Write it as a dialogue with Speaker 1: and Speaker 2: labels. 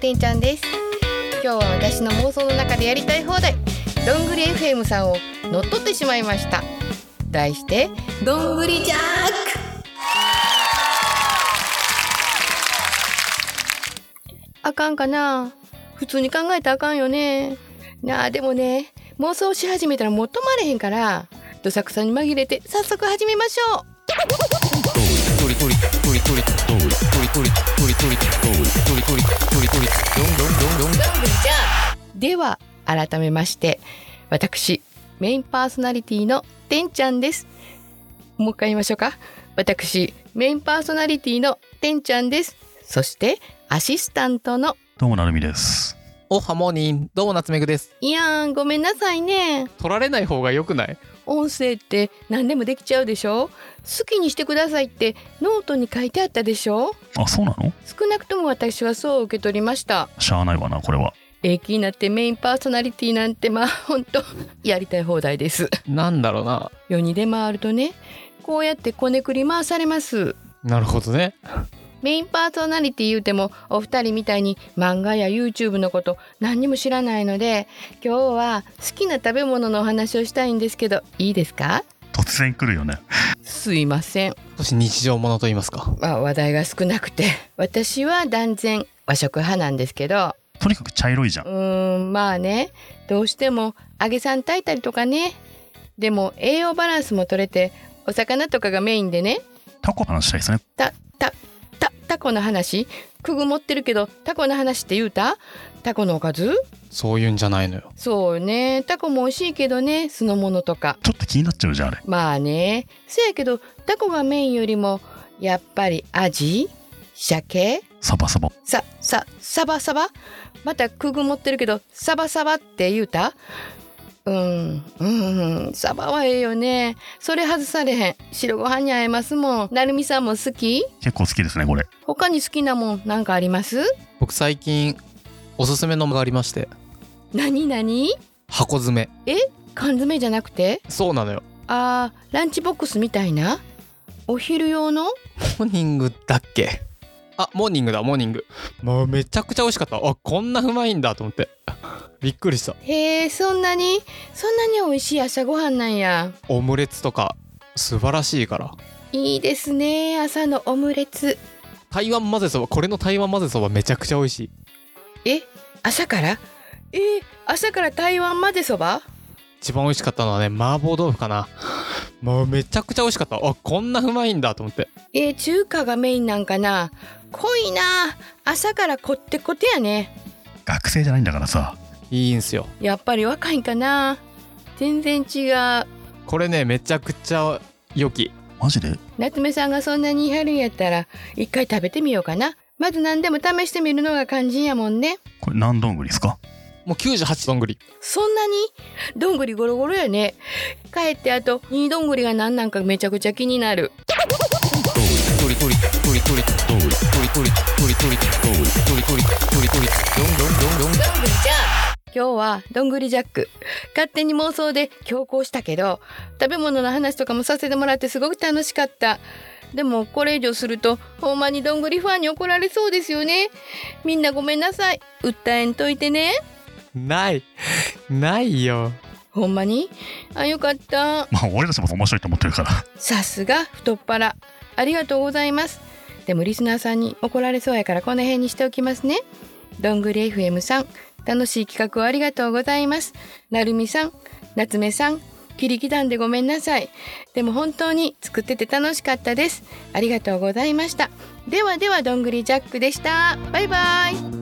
Speaker 1: てんちゃんです今日は私の妄想の中でやりたい放題どんぐり FM さんを乗っ取ってしまいました題してどんぐりジャックあかんかな普通に考えたらあかんよねなあでもね妄想し始めたらもう止まれへんからどさくさに紛れて早速始めましょうでは改めまして私メインパーソナリティのてんちゃんですもう一回言いましょうか私メインパーソナリティのてんちゃんですそしてアシスタントの
Speaker 2: どうもなるみです。
Speaker 3: おはモーニンどうも夏目ぐです
Speaker 1: いやーごめんなさいね
Speaker 3: 取られない方が良くない
Speaker 1: 音声って何でもできちゃうでしょ好きにしてくださいってノートに書いてあったでしょ
Speaker 2: あ、そうなの
Speaker 1: 少なくとも私はそう受け取りました
Speaker 2: しゃあないわな、これは。
Speaker 1: えー気になってメインパーソナリティなんてまあ本当やりたい放題です
Speaker 3: なんだろうな
Speaker 1: 世に出回るとねこうやってこねくり回されます
Speaker 3: なるほどね
Speaker 1: メインパーソナリティ言うてもお二人みたいに漫画や YouTube のこと何にも知らないので今日は好きな食べ物のお話をしたいんですけどいいですか
Speaker 2: 突然来るよね。
Speaker 1: すいません、
Speaker 3: 少し日常ものと言いますか
Speaker 1: まあ、話題が少なくて私は断然和食派なんですけど
Speaker 2: とにかく茶色いじゃ。
Speaker 1: うんーんまあねどうしても揚げさん炊いたりとかねでも栄養バランスも取れてお魚とかがメインでね
Speaker 2: タコの話したいですね。
Speaker 1: たたたタコの話くぐもってるけどタコの話って言うたタコのおかず
Speaker 3: そういうんじゃないのよ
Speaker 1: そうねタコも美味しいけどね酢の物とか
Speaker 2: ちょっと気になっちゃうじゃん、あれ。
Speaker 1: まあねせやけどタコがメインよりもやっぱりアジ鮭
Speaker 2: サバサバ。
Speaker 1: ささサバサバまたくぐもってるけどサバサバって言うたうんうんサバはええよねそれ外されへん白ご飯に合いますもんなるみさんも好き
Speaker 2: 結構好きですね、これ。
Speaker 1: 他に好きなもんなんかあります
Speaker 3: 僕最近おすすめのがありまして
Speaker 1: 何何
Speaker 3: 箱詰め
Speaker 1: 缶詰じゃなくて
Speaker 3: そうなのよ
Speaker 1: あーランチボックスみたいなお昼用の
Speaker 3: モーニングだっけあモーニングだモーニングもうめちゃくちゃ美味しかったあこんなうまいんだと思ってびっくりした
Speaker 1: へえそんなにそんなに美味しい朝ごはんなんや
Speaker 3: オムレツとか素晴らしいから
Speaker 1: いいですね朝のオムレツ
Speaker 3: 台湾混ぜそばこれの台湾混ぜそばめちゃくちゃ美味しい
Speaker 1: え朝からえー朝から台湾までそば
Speaker 3: 一番美味しかったのはね麻婆豆腐かなもうめちゃくちゃ美味しかったあこんなうまいんだと思って
Speaker 1: えー中華がメインなんかな濃いな朝からこってこてやね
Speaker 2: 学生じゃないんだからさ。
Speaker 3: いいんすよ
Speaker 1: やっぱり若いんかな全然違う
Speaker 3: これねめちゃくちゃ良き
Speaker 2: マジで
Speaker 1: 夏目さんがそんなに言い張るんやったら一回食べてみようかなまず何でも試してみるのが肝心やもんね
Speaker 2: これ何どんぐりですか
Speaker 3: もう98どんぐり
Speaker 1: そんなにどんぐりゴロゴロやね帰ってあと2どんぐりが何なんかめちゃくちゃ気になる今日はどんぐりジャック勝手に妄想で強行したけど食べ物の話とかもさせてもらってすごく楽しかったでもこれ以上するとほんまにどんぐりファンに怒られそうですよねみんなごめんなさい訴えんといてね
Speaker 3: ないないよ
Speaker 1: ほんまにあよかった
Speaker 2: まあ、俺たちも面白いと思ってるから。
Speaker 1: さすが太っ腹ありがとうございますでもリスナーさんに怒られそうやからこの辺にしておきますねどんぐり FM さん楽しい企画をありがとうございますなるみさん夏目さん切り刻んでごめんなさいでも本当に作ってて楽しかったですありがとうございましたではではどんぐりジャックでしたバイバイ